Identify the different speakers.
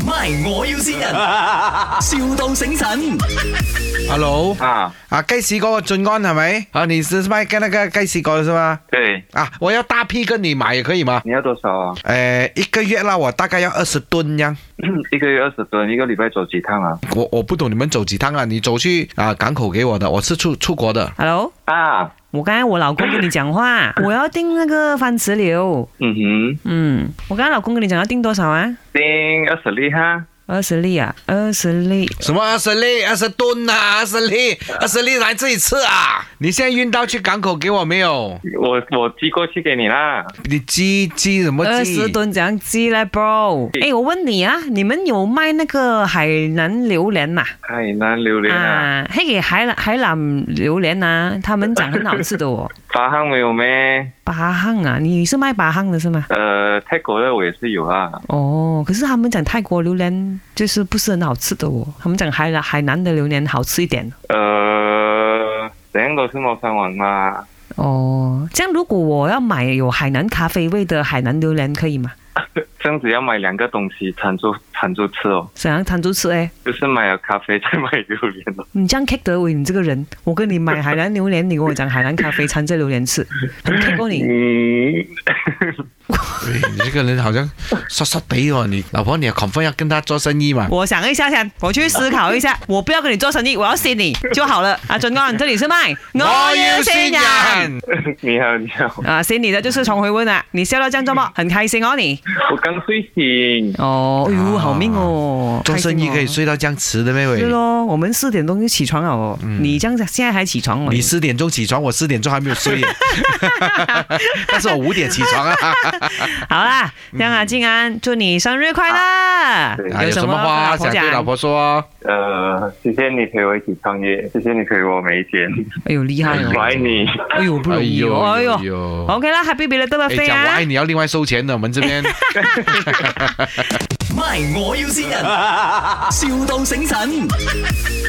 Speaker 1: My，我要先人，, 笑到醒神。
Speaker 2: Hello，
Speaker 3: 啊，
Speaker 2: 啊，该洗锅准安系咪？啊，你是卖跟那个该洗锅是吗？
Speaker 3: 对，
Speaker 2: 啊，我要大批跟你买也可以吗？
Speaker 3: 你要多少啊？
Speaker 2: 呃，一个月啦，我大概要二十吨样。
Speaker 3: 一个月二十吨，一个礼拜走几趟啊？
Speaker 2: 我我不懂你们走几趟啊？你走去啊港口给我的，我是出出国的。
Speaker 4: Hello，
Speaker 3: 啊，
Speaker 4: 我刚才我老公跟你讲话，我要订那个番石榴。
Speaker 3: 嗯哼，
Speaker 4: 嗯，我刚才老公跟你讲要订多少啊？
Speaker 3: 定二十粒哈，
Speaker 4: 二十粒啊，二十粒。
Speaker 2: 什么二十粒、二十吨啊，二十粒、二十粒来自己吃啊！你现在运到去港口给我没有？
Speaker 3: 我我寄过去给你啦。
Speaker 2: 你鸡鸡什么
Speaker 4: 二
Speaker 2: 鸡？
Speaker 4: 十吨怎样寄嘞，bro？哎、我问你啊，你们有卖那个海南榴莲嘛？
Speaker 3: 海南榴莲啊，
Speaker 4: 啊，嘿，海南海南榴莲啊，他们讲很好吃 的哦。
Speaker 3: 巴汉没有咩？
Speaker 4: 巴夯啊，你是卖巴夯的是吗？
Speaker 3: 呃，泰国的我也是有啊。
Speaker 4: 哦，可是他们讲泰国榴莲就是不是很好吃的哦，他们讲海南海南的榴莲好吃一点。
Speaker 3: 呃，怎样都是猫山王嘛。
Speaker 4: 哦，这样如果我要买有海南咖啡味的海南榴莲可以吗？
Speaker 3: 这样子要买两个东西缠住缠住吃哦，
Speaker 4: 怎样摊住吃诶？
Speaker 3: 就是买了咖啡再买榴莲哦。
Speaker 4: 你这样 kick 得我你这个人，我跟你买海南榴莲，你跟我讲海南咖啡掺着榴莲吃，很 kick 过你。
Speaker 3: 嗯，
Speaker 2: 哎你这个人好像傻傻的哦！你老婆，你要 confirm 要跟他做生意嘛？
Speaker 4: 我想一下先，我去思考一下，我不要跟你做生意，我要信你就好了。啊，俊安，这里是麦，
Speaker 2: 信
Speaker 4: 人。
Speaker 3: 嗯你好你好，
Speaker 4: 啊，信你的就是重回温啊！你笑到这样做么？很开心哦你。
Speaker 3: 我刚睡醒。
Speaker 4: 哦，哎呦，好命哦！
Speaker 2: 做生意可以睡到这样迟的妹
Speaker 4: 开心哦。对
Speaker 2: 妹。
Speaker 4: 咯，我们四点钟就起床了哦。你这样子现在还起床哦？
Speaker 2: 你四点钟起床，我四点钟还没有睡耶，但是我五点起床啊。
Speaker 4: 好啦，这样啊，静安，祝你生日快
Speaker 3: 对
Speaker 4: 乐！
Speaker 2: 嗯啊有什么话想
Speaker 4: 跟
Speaker 2: 对老
Speaker 4: 讲？
Speaker 2: 婆说？啊
Speaker 3: 呃，谢谢你陪我一起创业，谢谢你陪我每一天，
Speaker 4: 哎呦，厉害哦！
Speaker 3: 我爱你。
Speaker 4: 哎呦，不容易哦！哎呦
Speaker 2: 呦！
Speaker 4: ，OK 啦，Happy birthday 吧，
Speaker 2: 哎，
Speaker 4: 飞
Speaker 2: 讲我
Speaker 4: 啊！
Speaker 2: 爱你要另外收钱的，我们这边。
Speaker 1: My，我要先人，,笑到醒神。